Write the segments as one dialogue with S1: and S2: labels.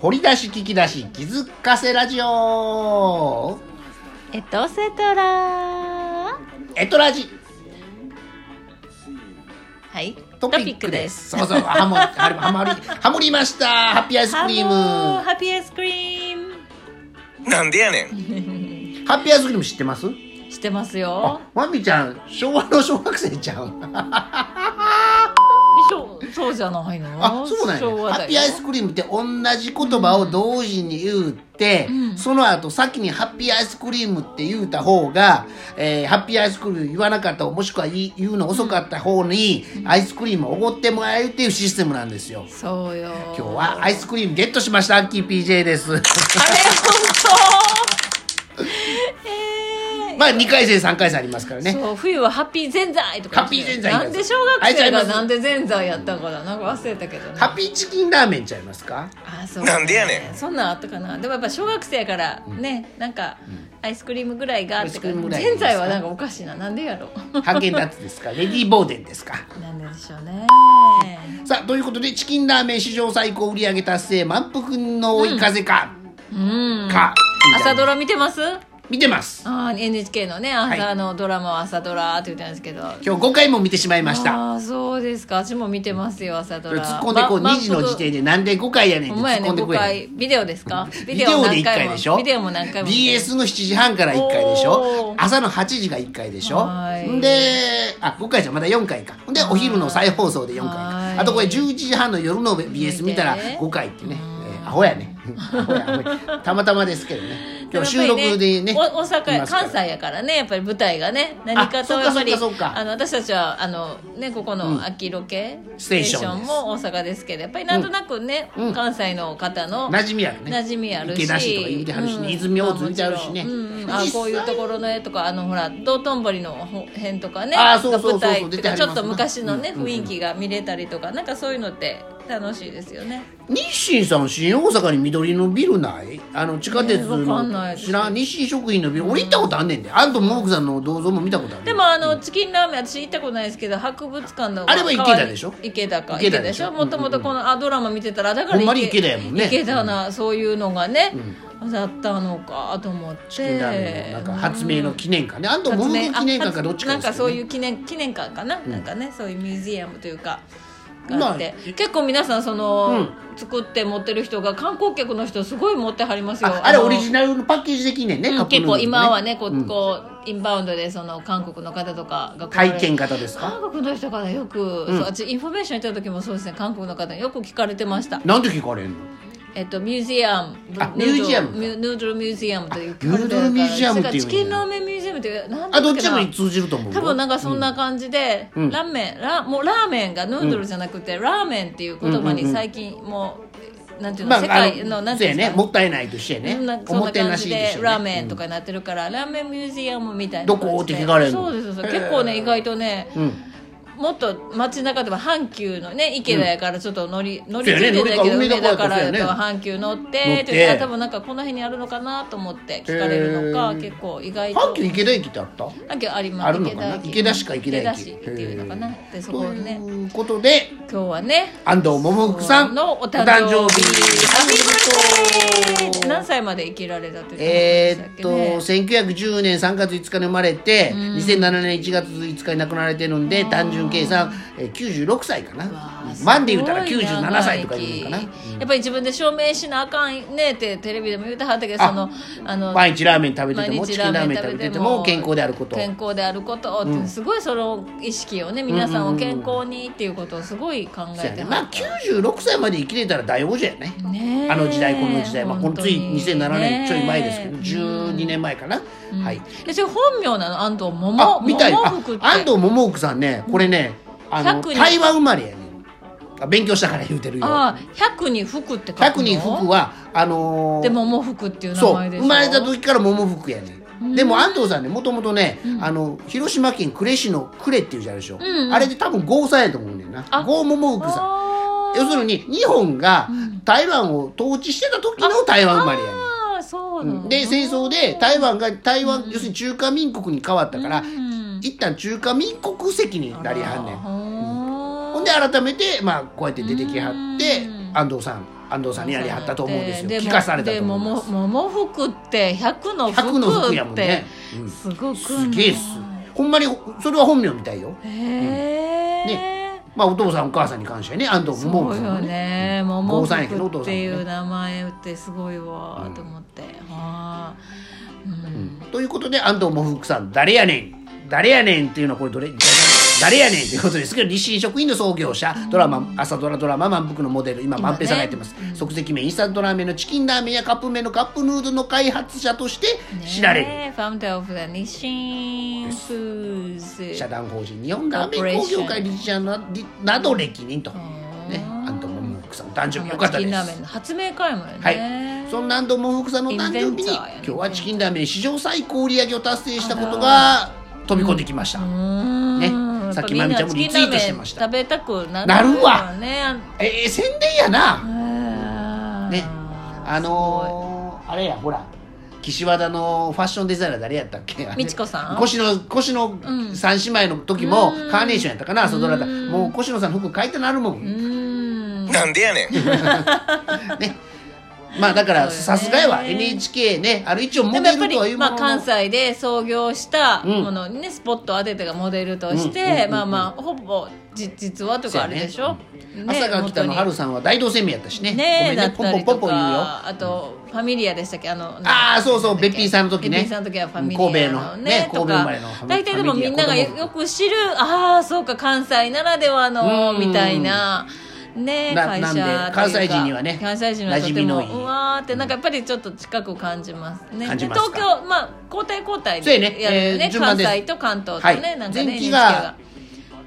S1: 掘り出し聞き出し気づかせラジオ
S2: エトセトラ
S1: エトラジ
S2: はい
S1: トピックですそうそうハモハモり ハモりましたハッピーアイス
S2: ハ
S1: ク
S2: ロ
S1: リーム
S2: ー
S1: ハ
S2: ハッピーアイスクリーム
S3: なんでやねん。
S1: ッピーアイスクリーム知ってます
S2: してます
S1: あ
S2: よ
S1: マミちゃん昭和の小学生ちゃん
S2: そうそうじゃないの
S1: あそうなんや
S2: 昭和
S1: ハ
S2: だ
S1: ッ
S2: よ
S1: ピーアイスクリームって同じ言葉を同時に言うって、
S2: うん
S1: その後先にハッピーアイスクリームって言うた方が、えーハッピーアイスクリーム言わなかったもしくは言い言うの遅かった方にアイスクリームをおごってもらえるっていうシステムなんですよ
S2: そうよ
S1: 今
S2: 今
S1: 日はアイスクリームゲットしましたアッキー PJ です
S2: あれ本当えー
S1: まあ2回戦3回戦ありますからね
S2: そう冬はハッピーぜんざいとか言って
S1: ハッピーぜんざい
S2: なんで小学
S1: あれちゃ
S2: 生
S1: いま
S2: が
S1: す
S2: なんでぜんざいやったんかななんか忘れたけどね
S1: ハッピーチキンラーメンちゃいますか
S2: あそう
S3: なんでやね
S2: んそんなんあったかなでもやっぱ小学生やからね、なんかアイスクリームぐらいが
S1: ア
S2: っ
S1: イ
S2: て
S1: ス
S2: か
S1: クリームぐらい
S2: ぜんざいはなんかおかしいななんでやろ
S1: ハーゲンダッツですかレディー・ボーデンですか
S2: なんででしょうね
S1: さあということでチキンラーメン史上最高売り上げ達成満腹の追い風か、
S2: うん
S1: か
S2: 朝ドラ見てます
S1: 見てます
S2: あー NHK のね
S1: い
S2: 朝のドラマは朝ドラって言ってたんですけど、
S1: 今日5回も見てしまいました
S2: ああそうですか私も見てますよ朝ド
S1: 突
S2: ラ
S1: っ込んでこう
S2: ま
S1: 2時の時点でなんで5回やねんっ
S2: ほ
S1: て
S2: んま
S1: 突
S2: や
S1: っ
S2: ね、
S1: 込んでく
S2: 5
S1: れ
S2: 回。ビデオですかビ
S1: ビ
S2: デ
S1: デ
S2: オ
S1: オで
S2: 何
S1: 1
S2: 回
S1: 回
S2: も。
S1: でしょ
S2: ビデオも何回も。
S1: BS の7時半から1回でしょ
S2: おー
S1: 朝の8時が1回でしょ
S2: はい
S1: んであ5回じゃまだ4回かほんでお昼の再放送で4回
S2: はい
S1: かあとこれ11時半の夜の BS 見たら
S2: 見て
S1: 5回ってねえーアホやねアホやアホやたまたまですけ どね今日収録でね
S2: お大阪
S1: い
S2: や
S1: ますから
S2: 関西やからねやっぱり舞台がね何かと
S1: そっか
S2: やっぱり
S1: そっかそっか
S2: あの私たちはあの、ね、ここの秋ロケ、
S1: ステーションです
S2: も大阪ですけどやっぱりなんとなくね、
S1: うん
S2: 関西の方の
S1: 馴染みあるね
S2: 馴染みあるし
S1: 池田市とか言うてはるしね、
S2: うん
S1: 泉大津見てはるしね、
S2: まあもちろんうんうんあこういうところの絵とかあのほら道頓堀の辺とかね
S1: あそうそうそうそう
S2: 舞台っていうか
S1: 出てはりますな
S2: ちょっと昔のね、
S1: うんうんうん
S2: 雰囲気が見れたりとかなんかそういうのって楽しいですよね
S1: 日清さん新大阪に緑のビルないあの地下鉄
S2: えーわかんない
S1: の
S2: です
S1: 知らん日清食品のビル俺行ったことあんねんであんとももくさんの銅像も見たことある
S2: でもあのチキンラーメン私行ったことないですけど博物館の
S1: あれは池田でしょ
S2: 池田か
S1: 池
S2: 池
S1: 田
S2: 田
S1: で
S2: で
S1: し
S2: し
S1: ょ
S2: ょもともとこのあドラマ見てたらだから
S1: ほんまに池田やもんね
S2: 池田なそういうのがね、だったのかと思って
S1: チキンラーメンのなんか発明の記念館ねあんと
S2: 発
S1: ももく
S2: 明あ
S1: 記念館かどっちか
S2: なん
S1: です
S2: か
S1: けど
S2: そう
S1: ね
S2: いう記念記念館かな、なんかねそういうミュージアムというか
S1: まあ
S2: があって結構皆さんその、
S1: う
S2: 作って持ってる人が観光客の人すごい持ってはりますよ
S1: ああれ
S2: の
S1: オリジナルのパッケージできんねんね、
S2: うん
S1: カップヌー
S2: 結
S1: ド
S2: 構
S1: ルね
S2: 今はねこう,、
S1: うん
S2: こうインバウンドでその韓国の方とかが来られ
S1: 体験型ですか
S2: 韓国の人からよく、そうあっちインフォメーション行った時もそうですね韓国の方によく聞かれてました、
S1: なんで聞かれんの
S2: えっと、ミュージアム
S1: あ
S2: ヌードル
S1: ミュージアムか
S2: ミュヌードルミュージアム
S1: あヌードルミュージアムって
S2: という
S1: いうんや
S2: チキンラーメンミュージアムっていうなんだ
S1: あ
S2: っ
S1: ど
S2: た
S1: っ
S2: け
S1: ち
S2: な
S1: も通じると思うよ
S2: 多分なんかそんな感じで、
S1: うん
S2: ラーメンラもうラーメンがヌードルじゃなくて、ラーメンっていう言葉に最近もう、なんていうの、
S1: まあ、
S2: 世
S1: あ
S2: 界
S1: の
S2: のなん
S1: そ
S2: て
S1: う
S2: い
S1: や
S2: う
S1: ね
S2: んですか
S1: もったいないとしてね
S2: そんなそ
S1: おも
S2: んな
S1: てな
S2: 感
S1: し
S2: じ
S1: いで
S2: で
S1: しょうね
S2: ラーメンとかになってるから、ラーメンミュージアムみたいな
S1: どこって聞かれるの
S2: そうですそうです結構ね意外とね、
S1: うん、うん
S2: もっと街中では阪急のね池田やからちょっと乗り、乗り
S1: そう
S2: 継
S1: や
S2: い
S1: ね
S2: でたけど
S1: 乗り換え
S2: 梅田から
S1: そう
S2: や
S1: や
S2: と
S1: ね
S2: 阪急乗って
S1: 乗って
S2: って言ったら多分なんかこの辺にあるのかなと思って聞かれるの
S1: へ
S2: か
S1: ー
S2: 結構意外と
S1: 阪急池田駅ってあった
S2: 阪急有馬
S1: あるのかな池田しか池田駅
S2: 池田市っていうのかな
S1: へー
S2: でそこをね
S1: ということで
S2: 今日はね
S1: 安藤桃福さん
S2: のお誕生日ハッピーバースデー何歳まで生きられたという
S1: えーっと
S2: ね
S1: 1910年3月5日に生まれて、2007年1月5日に亡くなられてるんで単純計算、えー、96歳かな万で言うたら97歳とかいうのかな
S2: やっぱり自分で証明しなあかんねってテレビでも言うてはったけど
S1: あ
S2: そのあの
S1: 毎日ラーメン食べてて
S2: 毎
S1: も
S2: 日
S1: チキンラーメン食べてても健康であること
S2: 健康であることって、すごいその意識をね皆さんを健康にっていうことをすごい考
S1: そう
S2: え
S1: や
S2: て
S1: ね
S2: は
S1: まあ96歳まで生きれたら大王者やね
S2: ねえ
S1: あの時代この時代、まあ、このつい2007年ちょい前ですけど
S2: ねえ
S1: 12年前かな、はい
S2: えそれ本名なの安藤桃
S1: あみたい
S2: 桃
S1: あ
S2: 福って
S1: 安藤桃奥さんねこれねあの
S2: 100人
S1: 台湾生まれやねあ勉強したから言うてるよ
S2: ああ100に福って書くの
S1: 百人福はあのー
S2: で桃福っていう名
S1: そう
S2: 前でしょ
S1: 生まれた時から桃福やねんでも安藤さんねもともとね、あの広島県呉市の呉っていうじゃないでしょ、
S2: んうん
S1: あれで多分豪さんやと思うねんな
S2: あ
S1: 豪桃福さん
S2: あー
S1: 要するに日本が台湾を統治してた時の台湾生まれやねん
S2: あーそうな
S1: うん
S2: の
S1: で戦争で台湾が台湾、要するに中華民国に変わったから、
S2: ん
S1: 一旦中華民国籍になりはんねん
S2: あー
S1: ほんで改めて、まあ、こうやって出てきはって、
S2: うん
S1: 安藤さん安藤さんにやりはったと思うんですよ
S2: も
S1: 聞かされたと
S2: で
S1: 思
S2: も
S1: いま
S2: も
S1: す
S2: もも服って100の服
S1: 100の服やも
S2: っ
S1: ん
S2: て、
S1: ね、うん、す
S2: すごく
S1: げえっすほんまにそれは本名みたいよう
S2: へ
S1: ん
S2: え、
S1: まあお父さんお母さんに関してね安藤
S2: そ
S1: 桃
S2: う
S1: 子さん
S2: よ
S1: もね
S2: ね。も
S1: 坊
S2: も
S1: さんやけどお
S2: ふ
S1: 父さんも
S2: って
S1: ね
S2: いう名前ってすごいわ
S1: うん
S2: と思って。はあ。うん。
S1: ということで安藤桃福さん誰やねん誰やねんっていうのはこれどれ誰やねんっていうことですけど日清食品の創業者ドラマ朝ドラドラマ満腹のモデル今
S2: 今ね
S1: 満平さんがやってます、即席麺インスタントラーメンのチキンラーメンやカップ麺のカップヌードルの開発者として知られる、
S2: る。ファウンダーオブザ日清フーズ。
S1: 社団法人日本ラーメン工業会理事長ななど歴任と、ね、安藤桃福さんの誕生日よかった
S2: チ
S1: で
S2: キン
S1: す
S2: ラーメンの発明家やもんね。
S1: はい、そんな安藤桃福さんの誕生日に
S2: インベンターやね
S1: 今日はチキンラーメン史上最高売り上げを達成したことが飛び込んできました、
S2: う
S1: ね
S2: ん。
S1: さっきまみちゃんもリツイートしてました
S2: やっぱみんなチキンラーメン食べたくな
S1: なるわ
S2: ね。
S1: えー、宣伝やな、
S2: あ
S1: ねあのー、あれやほら岸和田のファッションデザイナー誰やったっけあれ
S2: みちこさん
S1: 越野越野三姉妹の時も
S2: うん
S1: カーネーションやったかな朝ドラだ
S2: うん
S1: もう越野さんの服買いたなるもん
S2: うーん。
S3: なんでやねん。
S1: ねまあだから
S2: そうよ
S1: さ
S2: ね
S1: すがやわ NHK ねある一応
S2: で
S1: モ
S2: もや
S1: デ
S2: っ
S1: ル
S2: ぱ
S1: とはいう
S2: り、
S1: もの
S2: ま
S1: の
S2: あ、関西で創業した
S1: うん
S2: ものにね、スポットを当ててがモデルとして、
S1: うんうんうんうん
S2: まあまあほぼじ実話とかあるでしょ、ね
S1: 朝が来たの春さんは大同生命やったしねごめ
S2: ねね
S1: んね
S2: だっ
S1: ポン
S2: た
S1: ポン
S2: り
S1: ポン
S2: と
S1: ポン言うよ
S2: かあとファミリアでしたっけあの
S1: あーそうそうべっぴんさんの時ね
S2: べっぴんさんの時はファミリアのね
S1: 神戸のね神戸生
S2: と
S1: ま
S2: か
S1: れのファミ
S2: 大体でもみんながよく知るああそうか関西ならでは
S1: う
S2: の
S1: ん
S2: みたいな。ね、
S1: な
S2: 会社
S1: なん
S2: と
S1: で
S2: いうか
S1: 関西人にはね
S2: 関西人にはと
S1: 馴
S2: て
S1: 染み
S2: も
S1: のいいう
S2: わーってなんかやっぱりちょっと近く感じますね
S1: 感じ
S2: で
S1: ます
S2: 東
S1: か
S2: 京まあ交代交代
S1: そうや
S2: で
S1: ね
S2: やるよね
S1: えー順番
S2: 関
S1: です
S2: 西と関東とね、
S1: はい
S2: なんかね
S1: 前期が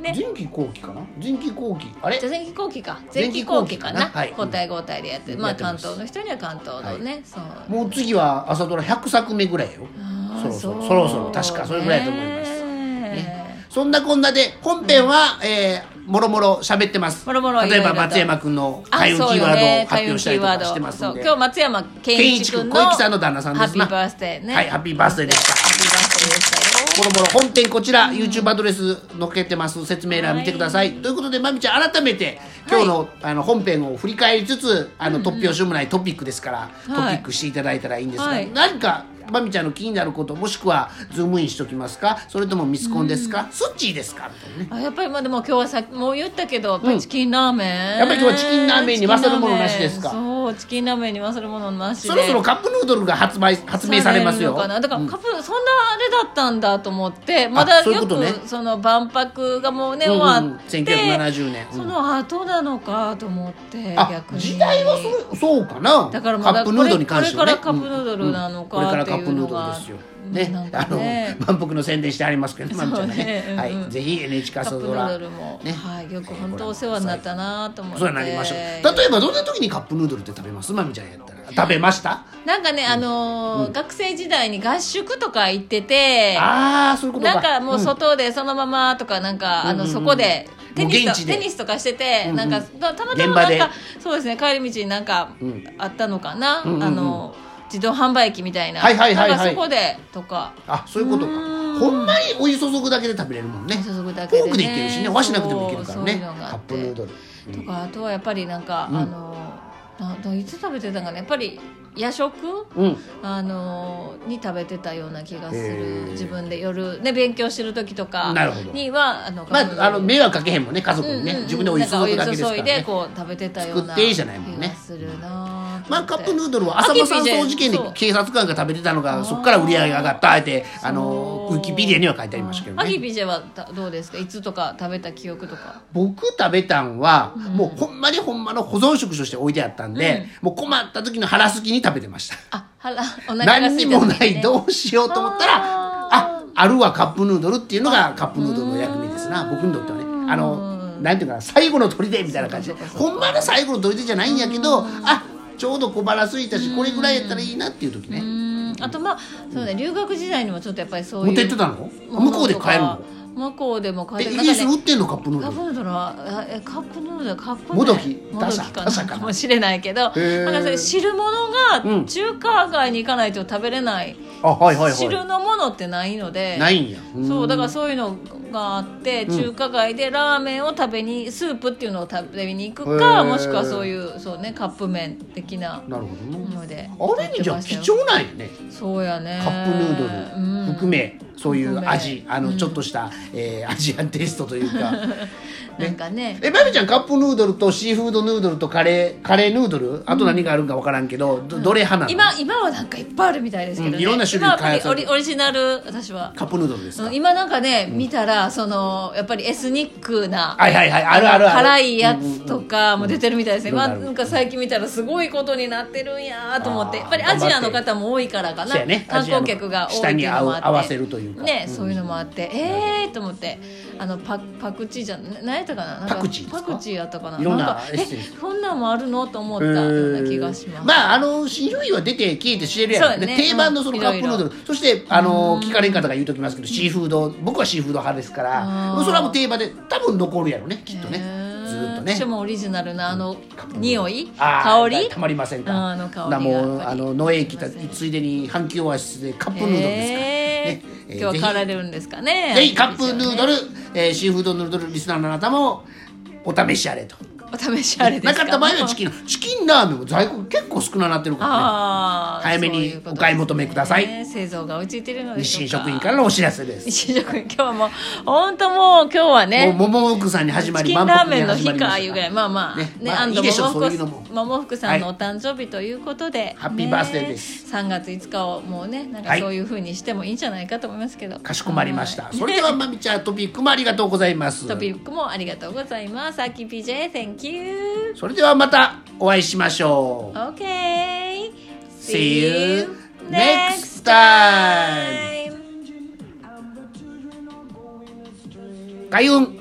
S2: NHK がね
S1: 前期後期かな前期後期あれ
S2: じゃあ前期後期か
S1: 前期
S2: 前期
S1: 後
S2: 後
S1: 期
S2: 期
S1: か
S2: か
S1: な
S2: な
S1: はい
S2: 交代交代でやって、
S1: や
S2: まあ
S1: ってま
S2: 関
S1: す
S2: 東の人には関東のね、そう
S1: もう次は朝ドラ100作目ぐらいよ
S2: あー
S1: そろそろそろそろ確かそれぐらいだと思います
S2: ね
S1: そんなこんなで本編は、えーもろもろ喋ってます
S2: もろもろいろ
S1: 例
S2: い
S1: え
S2: ろと
S1: ば松山君の
S2: あ
S1: 開運キ
S2: そ
S1: ー
S2: うよ
S1: ワードを
S2: ね
S1: 発表したりと
S2: 開運
S1: か
S2: キーワード
S1: してますんで
S2: そう今日松山健一君の
S1: 健一君小雪さんの旦那さんです
S2: ハッピーバースデーね
S1: はいハッピーバースデーでした
S2: ハッピーバースデーでしたよ
S1: もろもろ本編こちら、YouTube アドレス載っけてます説明欄見てください、ということでまみちゃん改めて今日の,、あの本編を振り返りつつあの、突拍子もないトピックですから、トピックしていただいたらいいんですが、
S2: はい
S1: 何かまみちゃんの気になることもしくはズームインしときますかそれともミスコンですか、そっちですかみたいなね
S2: あやっぱりまあでも今日はさもう言ったけどやっぱりチキンラーメン、
S1: やっぱり今日はチキンラーメンに勝るものなしですか
S2: チキンラーメンそうチキンラーメンに勝るものなしで
S1: そろそろカップヌードルが発売発明されますよ
S2: されるのかなだから、
S1: うん
S2: カップそんなあれだったんだと思ってまだ
S1: そういう
S2: よ
S1: ことね
S2: くその万博がもうね
S1: うんうん
S2: 終
S1: うん
S2: わって、
S1: 1970年うん
S2: その後なのかと思って
S1: あ
S2: 逆に
S1: 時代はそうそうかな
S2: だから
S1: カ
S2: ま
S1: ッ
S2: だ
S1: プヌードルに関しては、ね、
S2: これこれからカップヌードルなのか
S1: うんうんこれから
S2: って
S1: カ
S2: い
S1: ップ
S2: う
S1: ヌ
S2: の
S1: ードル
S2: が
S1: ですよ
S2: う
S1: ね
S2: んなん
S1: あ
S2: か
S1: の
S2: ね
S1: 満腹の宣伝してありますけどねまみちゃんがね
S2: そうね
S1: はい、
S2: うんうん
S1: ぜひ NHK
S2: カ
S1: 朝
S2: ップヌ
S1: ド
S2: ー
S1: ラ
S2: ドルも、
S1: ね
S2: はい、よく本当お世話になったなと思って
S1: そうなりましょう例えばどんな時にカップヌードルって食べますまみちゃんやったら食べました
S2: なんかね、あのー学生時代に合宿とか行ってて
S1: ああそういうことか
S2: なんかもう
S1: そ
S2: 外でそのままとかなんか、あ
S1: うんうんう
S2: の
S1: ん
S2: そこでテニ
S1: もう現地
S2: スと
S1: で
S2: テニスとかしてて、
S1: うんうん
S2: なんかたたまた
S1: 現
S2: ま
S1: 場
S2: な
S1: で
S2: んかそうですね帰り道になんか
S1: うん
S2: あったのかな、
S1: うんうんうん
S2: あの自動販売機みたいな、
S1: はいはいはいはい
S2: なんかそこでとか
S1: あそういうことか
S2: うん
S1: ほんまにお湯注ぐだけで食べれるもんね
S2: 注ぐだけ
S1: フ
S2: で、
S1: ォークでいけるしね
S2: そう
S1: 和しなくてもいけるから
S2: そう
S1: ね
S2: いうのがあ
S1: カッ
S2: っ
S1: プヌー
S2: て
S1: ドル
S2: とかあとはやっぱりなんか、
S1: うん
S2: あのなどいつ食べてたんかなやっぱり夜食
S1: うん、うん
S2: あのに食べてたような気がす
S1: へー
S2: る自分で夜、ね、勉強してる時とか
S1: なるほど
S2: にはあの
S1: ま
S2: カップヌード
S1: あ、あ
S2: ル
S1: の迷惑かけへんもんね家族
S2: うんう
S1: に
S2: ん
S1: ね、
S2: うん
S1: 自分でお湯注ぐだけですから、
S2: なんかお湯注い
S1: ね
S2: で、こう食べてたような
S1: 作っていいじゃないもんね
S2: 気がするなぁ
S1: まあ、カップヌードルは浅間山荘事件で
S2: そう
S1: 警察官が食べてたのがそこから売り上げが上がったあえてあのウ
S2: そう
S1: ィキペディアには書いてありましたけど
S2: アギ
S1: ね
S2: ビジェはたどうですかいつとか食べた記憶とか
S1: 僕食べたんはもうほんまにほんまの保存食として置いてあったんで、もう困った時の腹すきに食べてました
S2: あ腹お腹が
S1: 何
S2: 空
S1: に
S2: いた時ね
S1: もないどうしようと思ったら
S2: あ
S1: ああるわカップヌードルっていうのがカップヌードルの役目ですな僕にとってはねあのなんていうかな最後の砦みたいな感じで
S2: そうかそうかそうか
S1: ほんまの最後の砦じゃないんやけどあちょうど小腹すいたしこれぐらいやったらいいなっていう時
S2: う
S1: ね
S2: んあとまあそうね留学時代にもちょっとやっぱりそういう
S1: 持って行ってたの
S2: も
S1: 向
S2: のとか
S1: こうで買えるの
S2: 向こうでも買
S1: え
S2: え
S1: イ
S2: る
S1: ギ
S2: なんか
S1: リス
S2: ね
S1: 売ってんのカップヌード
S2: カッ
S1: ル
S2: プヌードルはあえカップヌードルはカップ麺
S1: もどき
S2: もどき
S1: 他社
S2: か
S1: 他社か
S2: な
S1: な
S2: かもしれないけどなん
S1: ー
S2: かそれ汁物
S1: うん
S2: が中華街に行かないと食べれない、
S1: あはいはいはい
S2: 汁のものってないので
S1: ないんや
S2: そうだかららそういうのがあって、中華街でラーメンを食べにスープっていうのを食べに行くか
S1: へー
S2: もしくはそういうそうねカップ麺的な
S1: なるほどね
S2: ので
S1: ある意味じゃ貴重なんやね
S2: そうやね
S1: カップヌードル含め、そういう
S2: 含め
S1: 味あのちょっとした、えーアジアンテイストというか
S2: うん、なんかね
S1: えまみちゃんカップヌードルとシーフードヌードルとカレーカレーヌードルあと何があるんか分からんけど、どどれ派なの
S2: 今今はなんかいっぱいあるみたいですけど、ね
S1: うんいろんな種類
S2: 今はやっぱ
S1: 開発
S2: りオリオリジナル私は
S1: カップヌードルです
S2: う
S1: か
S2: ん今なんかね、見たらそのやっぱりエスニックな、
S1: はいはいはいあるあるある
S2: 辛いやつとかも出てるみたいですね、
S1: うんうん
S2: まあ、なんか最近見たらすごいことになってるんやと思って
S1: あー
S2: やっぱりアジアの方も多いからか
S1: そう
S2: な、
S1: やね
S2: 観光客が多いっていうのもあ
S1: 下に合
S2: って
S1: う合わせるというか
S2: ね、
S1: うん
S2: そういうのもあってええー、と思ってあのパパクチーじゃな何やったかななんか
S1: パクチーですか
S2: パクチーやったかない
S1: ろんなん
S2: か
S1: エッセン
S2: え
S1: ス
S2: こんなんもあるのと思った
S1: え
S2: よ
S1: ー
S2: うな気がします、
S1: まああの新ルは出て消えて知れるや
S2: そ
S1: ん、
S2: うやね
S1: で定番のその
S2: うん
S1: カップヌードル、そしてあの聞かれん方が言うときますけどシーフード僕はシーフード派ですから
S2: あー
S1: それはもう定番で多分残るやろねきっとね、
S2: へー
S1: ずーっとね
S2: しかもオリジナルなあの
S1: カップヌードル
S2: 匂い
S1: あ
S2: 香
S1: ー
S2: り
S1: たまりませんか
S2: あの香
S1: だ
S2: りが
S1: からもう
S2: やっぱ
S1: あ
S2: り
S1: の野駅たついでに阪急オアシスでカップヌードルですから、
S2: えー
S1: ねえー
S2: 今日
S1: ぜ
S2: は
S1: ひ
S2: 帰られるんですかね
S1: ぜひカップヌードル、えーシーフードヌードルリスナーのあなたもお試しあれと
S2: お試しあれです
S1: な
S2: か
S1: かった場合はチキ
S2: ン
S1: ンチキンラーメンも在庫結構少ななってるか
S2: ああ
S1: 早めに
S2: そううことですね
S1: お買い求めください
S2: 製造が追いついてるの
S1: ら
S2: で
S1: ね日
S2: しょう
S1: 清
S2: か
S1: 食品からのお知らせです
S2: 日清食品今日はもう本当もう今日は
S1: もう
S2: ね
S1: 桃福さんに始ま
S2: チ
S1: り
S2: キンラーメン
S1: 満腹に
S2: の日
S1: 始ま
S2: か
S1: り
S2: いう
S1: まし
S2: ぐら
S1: た
S2: いまあまあ
S1: ね
S2: ね
S1: まあ
S2: 安
S1: いいで
S2: 藤
S1: しょう
S2: 桃
S1: そういうのも
S2: 福桃福さんの
S1: は
S2: お
S1: い
S2: 誕生日ということで
S1: ハッピーバースデーです
S2: 3月5日をもうねなん
S1: は
S2: か
S1: い
S2: そういうふうにしてもいいんじゃないかと思いますけど
S1: かしこまりました
S2: はい
S1: それではまみちゃんトピックもありがとうございます
S2: トピックもありがとうございます。アキ PJ、Thank you!
S1: それではまたお会いしましょう
S2: Okay!
S1: See you next time.
S2: time.
S1: 開運